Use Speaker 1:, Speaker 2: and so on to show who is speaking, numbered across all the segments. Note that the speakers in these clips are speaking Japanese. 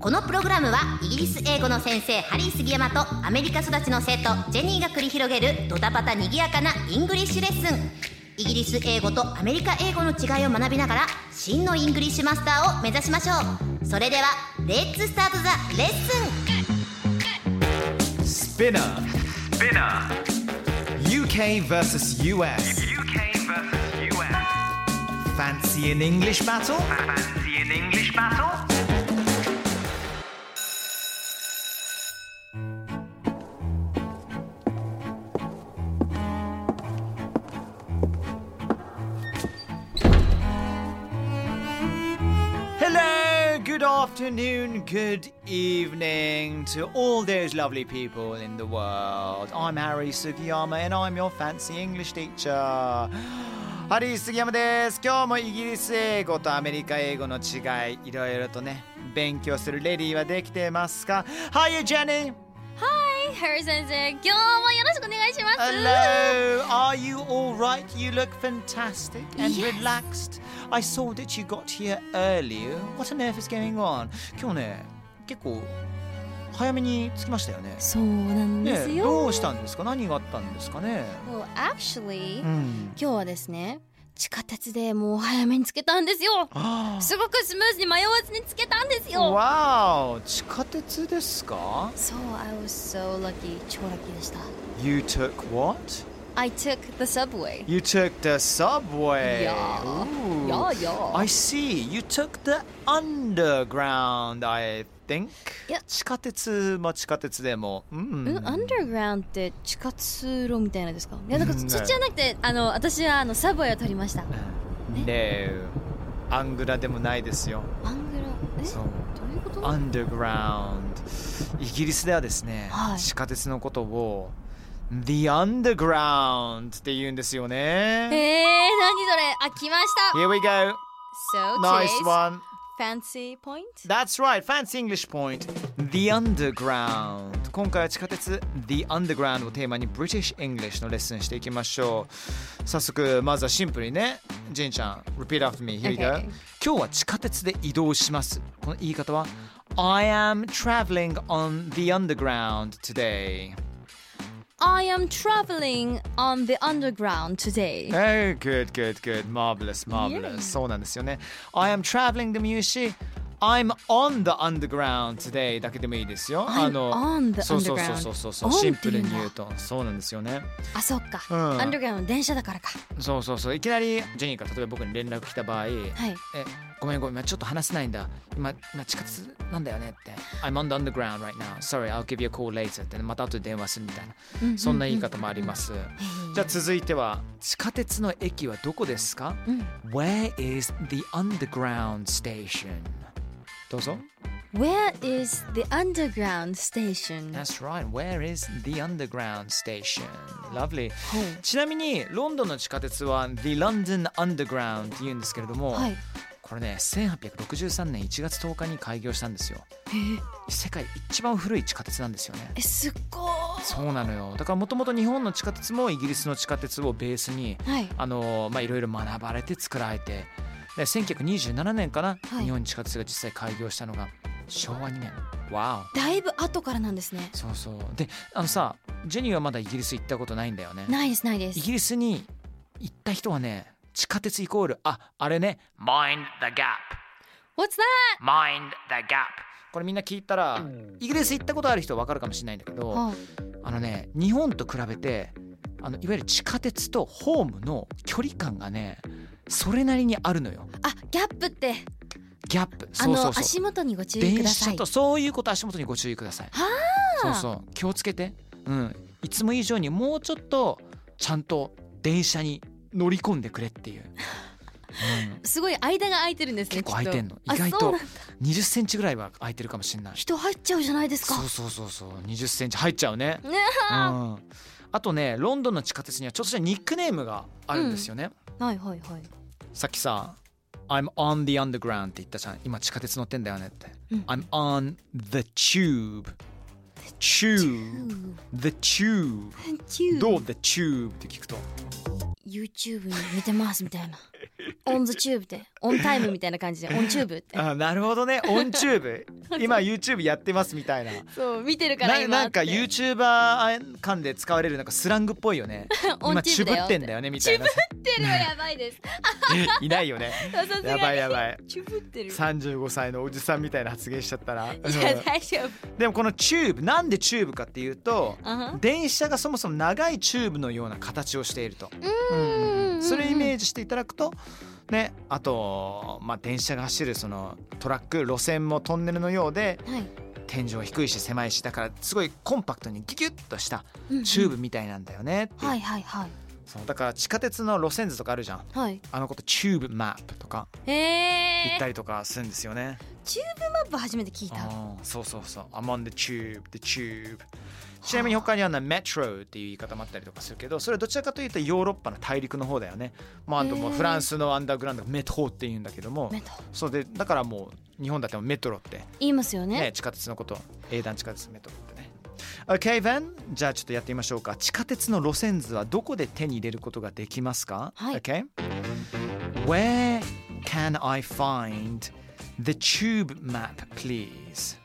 Speaker 1: このプログラムはイギリス英語の先生ハリー杉山とアメリカ育ちの生徒ジェニーが繰り広げるドタパタにぎやかなイングリッシュレッスンイギリス英語とアメリカ英語の違いを学びながら真のイングリッシュマスターを目指しましょうそれではレッツスタートザレッスン
Speaker 2: Spinner. Spinner. UK versus US.
Speaker 3: UK versus US.
Speaker 2: Fancy an English battle?
Speaker 3: Fancy an English battle?
Speaker 2: Hello, good afternoon, good evening to all those lovely people in the world. I'm Harry Sugiyama and I'm your fancy English teacher. ハリー杉山です。今日もイギリス英語とアメリカ英語の違い、いろいろとね、勉強するレディーはできてますか ?Hiya, Jenny!
Speaker 4: ハリー先生、今日もよろしくお願いします。
Speaker 2: Hello, are you all right? You look fantastic and relaxed. I saw that you got here early. What on earth is going on? 今日ね、結構早めに着きましたよね。
Speaker 4: そうなんで
Speaker 2: ね
Speaker 4: す
Speaker 2: え、
Speaker 4: よ。
Speaker 2: どうしたんですか何があったんですかね
Speaker 4: Well,
Speaker 2: う
Speaker 4: actually、
Speaker 2: ん。
Speaker 4: 今日はですね、地下鉄でもう早めにつけたんですよ。
Speaker 2: あ
Speaker 4: すごくスムーズに迷わずにつけたんです
Speaker 2: あ。
Speaker 4: よ。
Speaker 2: わお、地下鉄ですか
Speaker 4: そう、I was so lucky. 超ラッキーでした。
Speaker 2: ?You took what?
Speaker 4: I took the subway.
Speaker 2: You took the subway.
Speaker 4: や
Speaker 2: Ooh.
Speaker 4: やや。
Speaker 2: I see. You took the underground, I think.
Speaker 4: いや
Speaker 2: 地下鉄も地下鉄でも。うん。
Speaker 4: うん、アンダーグラウンドって地下通路みたいなんですかいや、なんか
Speaker 2: うん
Speaker 4: そっちじゃなくて、あの、私はあの、サブウェイを取りました。
Speaker 2: ねえ。アングラでもないですよ。
Speaker 4: アングラ、え
Speaker 2: そう。
Speaker 4: どういうこと
Speaker 2: アンダーグラウンド。イギリスではですね、
Speaker 4: はい
Speaker 2: 地下鉄のことを The Underground って言うんですよ
Speaker 4: えー、
Speaker 2: ね。
Speaker 4: 何それあ、来ました
Speaker 2: Here we go.
Speaker 4: So
Speaker 2: Nice
Speaker 4: today's
Speaker 2: one.
Speaker 4: fancy point?
Speaker 2: That's right, Fancy English Point The Underground 今回は地下鉄 The Underground をテーマに British English のレッスンしていきましょう早速まずはシンプルにねジェンちゃん Repeat after me Here you go、
Speaker 4: Okay.
Speaker 2: 今日は地下鉄で移動しますこの言い方は I am traveling on the underground today
Speaker 4: I am traveling on the underground today.
Speaker 2: Hey, good, good, good. Marvelous, marvelous. そうなんですよね。I am traveling でも言うし、I'm on the underground today だけでもいいですよ。
Speaker 4: I'm on the
Speaker 2: そうそうそうそうそうそう
Speaker 4: underground.
Speaker 2: シンプルに言うと、そうなんですよね。
Speaker 4: あ、そっか。
Speaker 2: うん
Speaker 4: underground 電車だからか。
Speaker 2: そうそうそう。いきなりジェニーから例えば僕に連絡来た場合、
Speaker 4: はい。
Speaker 2: え、ごめんごめん、今ちょっと話せないんだ。今、今地下鉄なんだよねって。I'm on the underground right now. Sorry, I'll give you a call later って、また後で電話するみたいな。そんな言い方もあります。じゃあ続いては地下鉄の駅はどこですか、?Where is the underground station? どうぞ。
Speaker 4: Where is the underground station?
Speaker 2: That's right. Where is the underground station? Lovely. ちなみにロンドンの地下鉄は The London Underground って言うんですけれども、
Speaker 4: はい。
Speaker 2: これね1863年1月10日に開業したんですよ。世界一番古い地下鉄なんですよね。
Speaker 4: え、すっごー
Speaker 2: そうなのよだからもともと日本の地下鉄もイギリスの地下鉄をベースに
Speaker 4: はい。
Speaker 2: あのまあいろいろ学ばれて作られてで1927年かな、
Speaker 4: はい
Speaker 2: 日本に地下鉄が実際開業したのが昭和2年わ
Speaker 4: だいぶ後からなんですね
Speaker 2: お。そうそうであのさジェニーはまだイギリス行ったことないんだよね
Speaker 4: ないです、ないで
Speaker 2: イ
Speaker 4: す。
Speaker 2: ギリスに行った人はね地下鉄イコールああれね
Speaker 3: Mind the gap.
Speaker 4: What's that?
Speaker 3: Mind the gap.
Speaker 2: これみんな聞いたらイギリス行ったことある人は分かるかもしれないんだけど、
Speaker 4: は
Speaker 2: あのね日本と比べてあのいわゆる地下鉄とホームの距離感がねそれなりにあるのよ
Speaker 4: あ、あ、ギャップって、
Speaker 2: ギャップ
Speaker 4: あ
Speaker 2: そうそ
Speaker 4: の、
Speaker 2: うそう
Speaker 4: 足元にご注意く
Speaker 2: 電
Speaker 4: ださ
Speaker 2: 車
Speaker 4: い
Speaker 2: と。そういうこと足元にご注意くださいそうそう気をつけてうんいつも以上にもうちょっとちゃんと電車に乗り込んでくれっていう
Speaker 4: すごい間が空いてるんですね。
Speaker 2: 結構空いてんの
Speaker 4: きっ
Speaker 2: 意外
Speaker 4: あそう
Speaker 2: と
Speaker 4: なん
Speaker 2: 20センチぐらいは空いてるかもしれない
Speaker 4: 人入っちゃうじゃないですか
Speaker 2: そ。うそうそうそう20センチ入っちゃう ね、
Speaker 4: ね
Speaker 2: うん、あとねロンドンの地下鉄にはちょっとしたニックネームがあるんですよね、
Speaker 4: はいはいはい。
Speaker 2: さっきさ「I'm on the underground」って言ったじゃん今地下鉄乗ってんだよねって「I'm on the tube」tube the tube どう the tube って聞くと
Speaker 4: YouTube に見てますみた いな。オンズチューブで、オンタイムみたいな感じで、オンチューブって。
Speaker 2: あなるほどねオンチュー ブ今 YouTube やってますみたいな
Speaker 4: そう、見てるから
Speaker 2: な
Speaker 4: 今
Speaker 2: なんか
Speaker 4: って
Speaker 2: YouTuber 間で使われるなんかスラングっぽいよね
Speaker 4: オン
Speaker 2: 今
Speaker 4: チ
Speaker 2: チュ
Speaker 4: ューブだ
Speaker 2: ブ
Speaker 4: よ
Speaker 2: っ
Speaker 4: って
Speaker 2: てんだよねみたいな
Speaker 4: チュブ ってるはやばいです。
Speaker 2: いないよね
Speaker 4: さすがに
Speaker 2: やばいやばい
Speaker 4: チュブってる。いや、
Speaker 2: 35歳のおじさんみたいな発言しちゃったらうん
Speaker 4: 大丈夫。
Speaker 2: でもこのチューブなんでチューブかっていうと
Speaker 4: あは
Speaker 2: 電車がそもそも長いチューブのような形をしているとうんうんそれをイメージしていただくとねあと、まあ、電車が走るそのトラック路線もトンネルのようで
Speaker 4: はい。
Speaker 2: 天井低いし狭いしだからすごいコンパクトにギュギュッとしたチューブみたいなんだよねっていう
Speaker 4: はいはいはい。
Speaker 2: そうだから地下鉄の路線図とかあるじゃん
Speaker 4: はい。
Speaker 2: あのことチューブマップとか言
Speaker 4: え
Speaker 2: ったりとかするんですよね。
Speaker 4: チューブマップ初めて聞いた。
Speaker 2: あーそうそうそう。I'm on the tube, the tube. ちなみに他にはな metro っていう言い方もあったりとかするけど、それはどちらかというとヨーロッパの大陸の方だよね。まああともう
Speaker 4: へー
Speaker 2: フランスのアンダーグラウンドがメトロって言うんだけども
Speaker 4: メトロ、
Speaker 2: そうでだからもう日本だってもメトロって
Speaker 4: 言いますよね
Speaker 2: ね。地下鉄のこと、英断地下鉄メトロってね。Okay then じゃあちょっとやってみましょうか。地下鉄の路線図はどこで手に入れることができますか、
Speaker 4: はい
Speaker 2: ?Okay Where can I find the tube map please?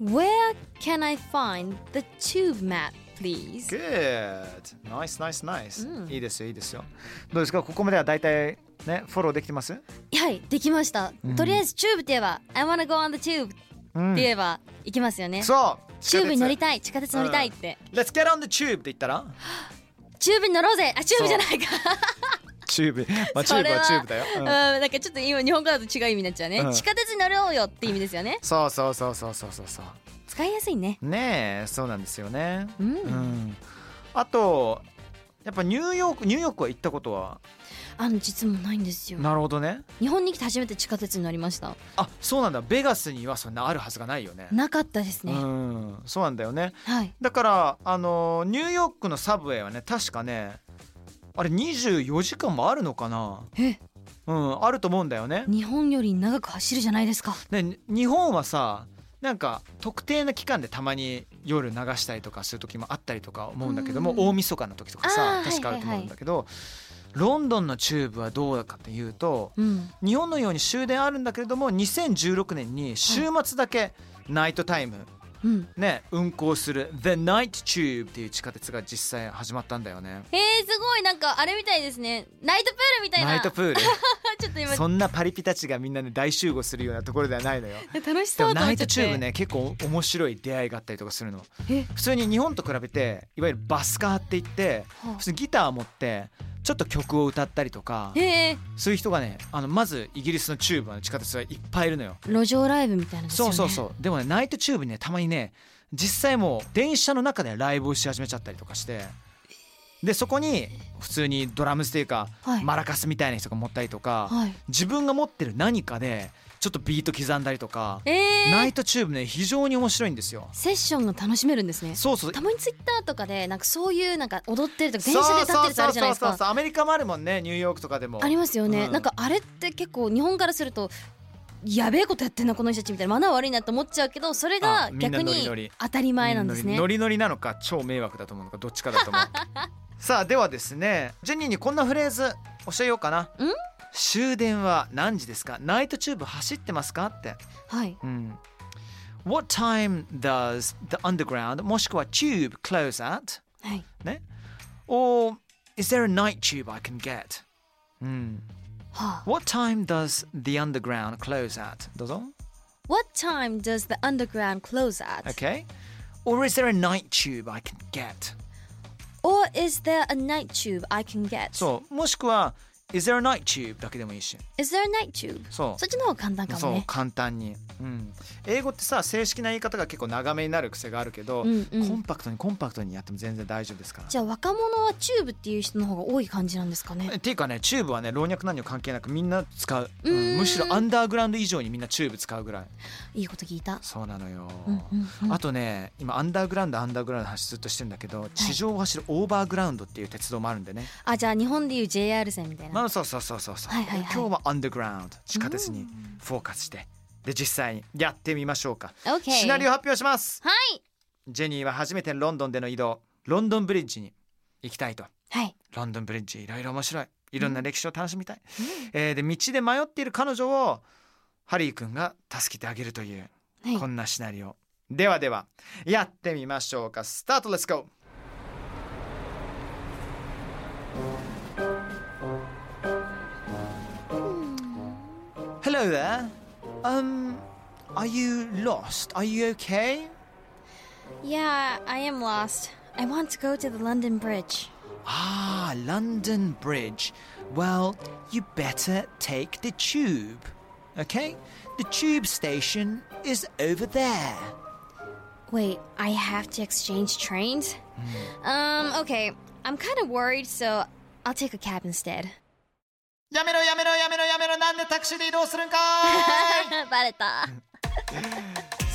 Speaker 4: Where can I find the tube map, please?
Speaker 2: Good. Nice, nice, nice.、いいですよ、いいですよ。どうですかここまでは大体ね、フォローできてます
Speaker 4: はい、できました。とりあえずチューブって言えば、I wanna go on the tube って言えば、行きますよね。
Speaker 2: そう
Speaker 4: チューブに乗り
Speaker 2: い。
Speaker 4: たい、地下鉄乗りたいって。
Speaker 2: Let's get on the tube って言った ら
Speaker 4: チューブに乗ろうぜあ、チューブじゃないか。
Speaker 2: チューブ。まあチュー
Speaker 4: そ
Speaker 2: ブ
Speaker 4: れ
Speaker 2: はチューブだよ。
Speaker 4: う、
Speaker 2: うんん
Speaker 4: なんかちょっと今日本語だと違う意味になっちゃうね。
Speaker 2: うん
Speaker 4: 地下鉄に乗ろうよって意味ですよね。
Speaker 2: そうそうそうそうそうそうそう。
Speaker 4: 使いやすいね。
Speaker 2: ねえそうなんですよね、
Speaker 4: うん。
Speaker 2: うん、あとやっぱニューヨークニューヨークは行ったことは
Speaker 4: あの、実もないんですよ。
Speaker 2: なるほどね
Speaker 4: 日本に来て初めて地下鉄に乗りました。
Speaker 2: あそうなんだベガスにはそんなあるはずがないよね
Speaker 4: なかったですね。
Speaker 2: うんそうなんだよね
Speaker 4: はい。
Speaker 2: だからあのニューヨークのサブウェイはね確かねあれ24時間もあるのかな
Speaker 4: え
Speaker 2: うんあると思うんだよね
Speaker 4: 日本より長く走るじゃないですか。
Speaker 2: ね日本はさなんか特定の期間でたまに夜流したりとかする時もあったりとか思うんだけども、
Speaker 4: うん
Speaker 2: 大晦日の時とかさ
Speaker 4: あー
Speaker 2: 確かあると思うんだけど、ロンドンのチューブはどうかっていうと
Speaker 4: うん。
Speaker 2: 日本のように終電あるんだけれども2016年に週末だけナイトタイム、
Speaker 4: うん。
Speaker 2: ね、運行する The Night Tube っていう地下鉄が実際始まったんだよね。
Speaker 4: えー、すごいなんかあれみたいですねナイトプールみたいな
Speaker 2: ナイト プール
Speaker 4: ちょっと今
Speaker 2: そんなパリピたちがみんなで大集合するようなところではないのよ。
Speaker 4: 楽し
Speaker 2: で
Speaker 4: そ
Speaker 2: も
Speaker 4: うと
Speaker 2: ナ
Speaker 4: 思っ
Speaker 2: イ
Speaker 4: ち
Speaker 2: ト
Speaker 4: ゃっ
Speaker 2: チューブ
Speaker 4: て、
Speaker 2: ね結構面白い出会いがあったりとかするの
Speaker 4: え
Speaker 2: 普通に日本と比べていわゆるバスカーって言って
Speaker 4: はあ
Speaker 2: 普通にギター持ってちょっと曲を歌ったりとか
Speaker 4: え
Speaker 2: そういう人がねあのまずイギリスのチューブの地下鉄はいっぱいいるのよ
Speaker 4: ー、路上ライブみたいなのですよ、
Speaker 2: そう
Speaker 4: ね、
Speaker 2: そうそうでもねナイトチューブにねたまにね実際もう電車の中でライブをし始めちゃったりとかしてでそこに普通にドラムスっていうか
Speaker 4: はい
Speaker 2: マラカスみたいな人が持ったりとか
Speaker 4: はい
Speaker 2: 自分が持ってる何かでちょっとビート刻んだりとか
Speaker 4: え
Speaker 2: ナ
Speaker 4: ー、
Speaker 2: イトチューブね非常に面白いんですよ。
Speaker 4: セッションが楽しめるんですね
Speaker 2: そうそう。
Speaker 4: たまにツイッターとかでなんかそういうなんか踊ってるとか電車で歌ってるとあるじゃないです
Speaker 2: そうそうそうそ
Speaker 4: か
Speaker 2: うアメリカもあるもんねニューヨークとかでも。
Speaker 4: ありますよね、
Speaker 2: うん
Speaker 4: なんかあれって結構日本からするとやべえことやってんなこの人たちみたいなマナー悪いなと思っちゃうけどそれ
Speaker 2: あ
Speaker 4: が
Speaker 2: みんな
Speaker 4: 逆
Speaker 2: ノリノリ
Speaker 4: に当たり前なんですね
Speaker 2: ノリノリなのか超迷惑だと思うのかどっちかだ と思う。さあではですねジェニーにこんなフレーズ教えようかな。終電は何時ですかナイトチューブ走ってますかって。
Speaker 4: はい
Speaker 2: うん。What time does the underground もしくは tube close at?
Speaker 4: はい
Speaker 2: ね。Or is there a night tube I can get? うん。
Speaker 4: はあ
Speaker 2: What time does the underground close at? どうぞ。
Speaker 4: What time does the underground close at?
Speaker 2: Okay. Or is there a night tube I can get?
Speaker 4: Or is there a night tube I can get?
Speaker 2: そう。もしくは、 Is there a night tube? だけでもいいし。
Speaker 4: Is there a night tube?
Speaker 2: そう。
Speaker 4: そっちの方が簡単かも
Speaker 2: そう
Speaker 4: ね。
Speaker 2: 簡単に、うん、英語ってさ正式な言い方が結構長めになる癖があるけど、
Speaker 4: うんうん
Speaker 2: コンパクトにコンパクトにやっても全然大丈夫ですから
Speaker 4: じゃあ若者はチューブっていう人の方が多い感じなんですかね。
Speaker 2: っていうかねチューブはね老若男女関係なくみんな使う、うん
Speaker 4: うーん
Speaker 2: むしろアンダーグラウンド以上にみんなチューブ使うぐらい
Speaker 4: いいこと聞いた。
Speaker 2: そうなのよ、
Speaker 4: うんうんうん
Speaker 2: あとね今アンダーグラウンドアンダーグラウンドの話ずっとしてるんだけど地上を走るオーバーグラウンドっていう鉄道もあるんでね、
Speaker 4: あじゃあ日本でいう JR 線みたい
Speaker 2: ま
Speaker 4: な。
Speaker 2: あ、そうそうそうそうそう、
Speaker 4: はいはいはい
Speaker 2: 今日はアンダーグラウンド地下鉄にフォーカスしてで実際にやってみましょうか
Speaker 4: OK。
Speaker 2: シナリオ
Speaker 4: は
Speaker 2: 発表します
Speaker 4: い
Speaker 2: ジェニーは初めてロンドンでの移動ロンドンブリッジに行きたいと
Speaker 4: はい。
Speaker 2: ロンドンブリッジいろいろ面白いいろんな歴史を楽しみたい、えーで道で迷っている彼女をハリー君が助けてあげるという、
Speaker 4: はい
Speaker 2: こんなシナリオではではやってみましょうかスタートレッツゴー Hello there. Um, are you lost? Are you okay?
Speaker 4: Yeah, I am lost. I want to go to the London Bridge.
Speaker 2: Ah, London Bridge. Well, you better take the tube. Okay? The tube station is over there.
Speaker 4: Wait, I have to exchange trains? Um, okay. I'm kind of worried, so I'll take a cab instead.
Speaker 2: やめろやめろやめろやめろなんでタクシーで移動するんか
Speaker 4: バレた。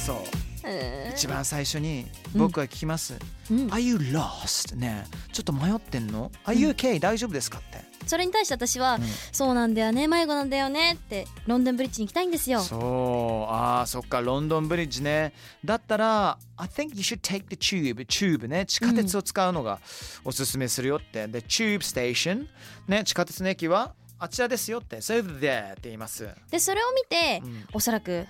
Speaker 2: そう。一番最初に僕は聞きます。Are you lost? ねえちょっと迷ってんの ?Are you okay?、大丈夫ですかって。
Speaker 4: それに対して私は、そうなんだよね、迷子なんだよねって、ロンドンブリッジに行きたいんですよ。
Speaker 2: そうあーそっかロンドンブリッジねだったら「I think you should take the tube」チューブね地下鉄を使うのがおすすめするよって、で「tube station」ね地下鉄の駅はあちらですよって「so over there」って言います
Speaker 4: で、それを見て、おそらく、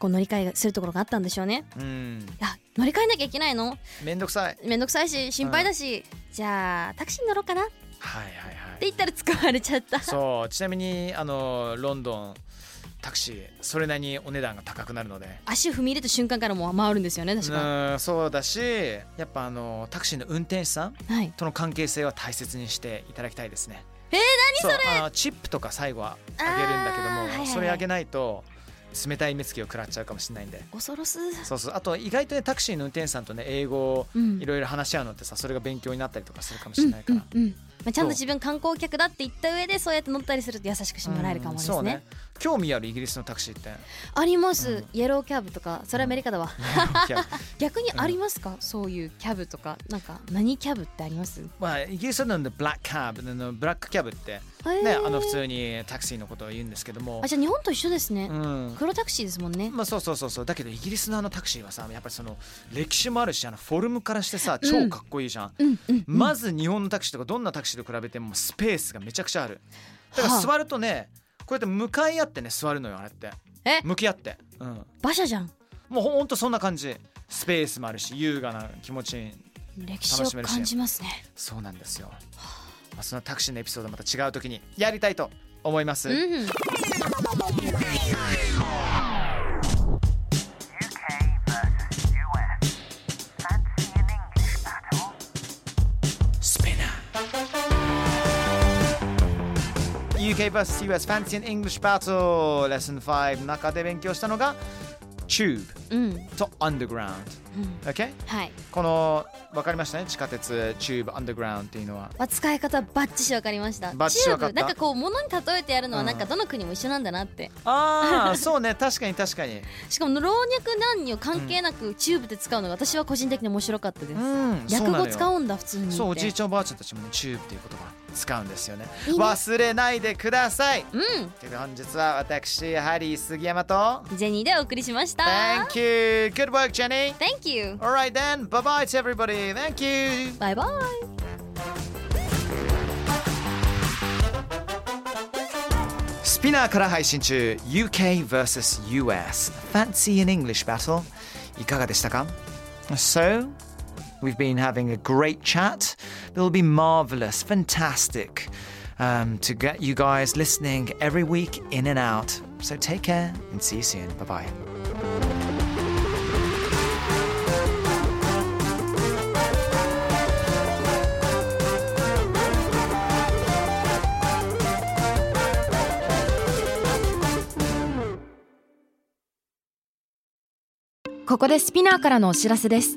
Speaker 4: こう乗り換えするところがあったんでしょうね。
Speaker 2: うん
Speaker 4: あ、乗り換えなきゃいけないの
Speaker 2: めんどくさい
Speaker 4: めんどくさいし、心配だし、じゃあ、タクシーに乗ろうかなって
Speaker 2: はいはいはい
Speaker 4: 言ったら使われちゃった。
Speaker 2: そうちなみにあのロンドンタクシーそれなりにお値段が高くなるので
Speaker 4: 足を踏み入れた瞬間からもう回るんですよね、確か。
Speaker 2: うんそうだしやっぱあのタクシーの運転手さん
Speaker 4: はい。
Speaker 2: との関係性は大切にしていただきたいですね
Speaker 4: えー
Speaker 2: そうあのチップとか最後はあげるんだけども、
Speaker 4: あーはいはいはい
Speaker 2: それあげないと冷たい目つきを食らっちゃうかもしれないんで
Speaker 4: 恐ろす。
Speaker 2: そうそうあと意外とねタクシーの運転手さんとね英語を
Speaker 4: うん
Speaker 2: いろいろ話し合うのってさそれが勉強になったりとかするかもしれないから、
Speaker 4: うんまあ、ちゃんと自分観光客だって言った上でそうやって乗ったりすると優しくしてもらえるかもですね,、
Speaker 2: そうね興味あるイギリスのタクシーって
Speaker 4: あります、イエローキャブとかそれはアメリカだわ
Speaker 2: いや
Speaker 4: 逆にありますか、そういうキャブとかなんか何キャブってあります
Speaker 2: まあイギリスなんでブラックキャブあのブラックキャブってね、あの普通にタクシーのことを言うんですけども
Speaker 4: あじゃあ日本と一緒ですね、
Speaker 2: うん
Speaker 4: 黒タクシーですもんね、
Speaker 2: まあ、そうそうそうそうだけどイギリスのあのタクシーはさやっぱりその歴史もあるしあのフォルムからしてさ超かっこいいじゃん、まず日本のタクシーとかどんなタクシーと比べてもスペースがめちゃくちゃあるだから
Speaker 4: はあ
Speaker 2: 座るとねこうやって向かい合ってね座るのよあれって
Speaker 4: え
Speaker 2: 向き合って、うん、
Speaker 4: 馬車じゃん
Speaker 2: もうほんとそんな感じスペースもあるし優雅な気持ちに
Speaker 4: 歴史を感じますね
Speaker 2: そうなんですよ、まあ、そのタクシーのエピソードまた違う時にやりたいと思います、
Speaker 4: うん
Speaker 3: UK versus US. Fancy an English battle?
Speaker 2: スペナー UK vs US Fancy and English Battle Lesson 5中で勉強したのが Tube
Speaker 4: うん
Speaker 2: と Underground、OK?
Speaker 4: はい、
Speaker 2: この分かりましたね地下鉄 Tube Underground っていうのは
Speaker 4: まあ、使い方バッチし分かりました
Speaker 2: バッチし
Speaker 4: チュ
Speaker 2: 分か
Speaker 4: ー
Speaker 2: っ
Speaker 4: ブ
Speaker 2: た
Speaker 4: なんかこう物に例えてやるのは
Speaker 2: うん
Speaker 4: なんかどの国も一緒なんだなって、
Speaker 2: ああ そうね確かに確かに
Speaker 4: しかも老若男女関係なくチューブで使うのが私は個人的に面白かったです、
Speaker 2: うんそうな
Speaker 4: 略
Speaker 2: の
Speaker 4: 語
Speaker 2: よ
Speaker 4: 使うんだ普通にって
Speaker 2: そうおじいちゃんおばあちゃんたちもね Tube っていう言葉使うんですよね
Speaker 4: いいね
Speaker 2: 忘れないでくださいと
Speaker 4: うん
Speaker 2: いうことで本日は私ハリー杉山と
Speaker 4: ジェニーでお送りしました
Speaker 2: Thank you Good work Jenny
Speaker 4: Thank you
Speaker 2: All right then, bye bye to everybody. Thank you.
Speaker 4: バイバイ
Speaker 2: スピナーから配信中 UK vs.US Fancy an English Battle いかがでしたか So, we've been having a great chat. It'll be marvelous, fantastic um, to get you guys listening every week in and out. So take care and see you soon. Bye bye.
Speaker 5: ここでスピナーからのお知らせです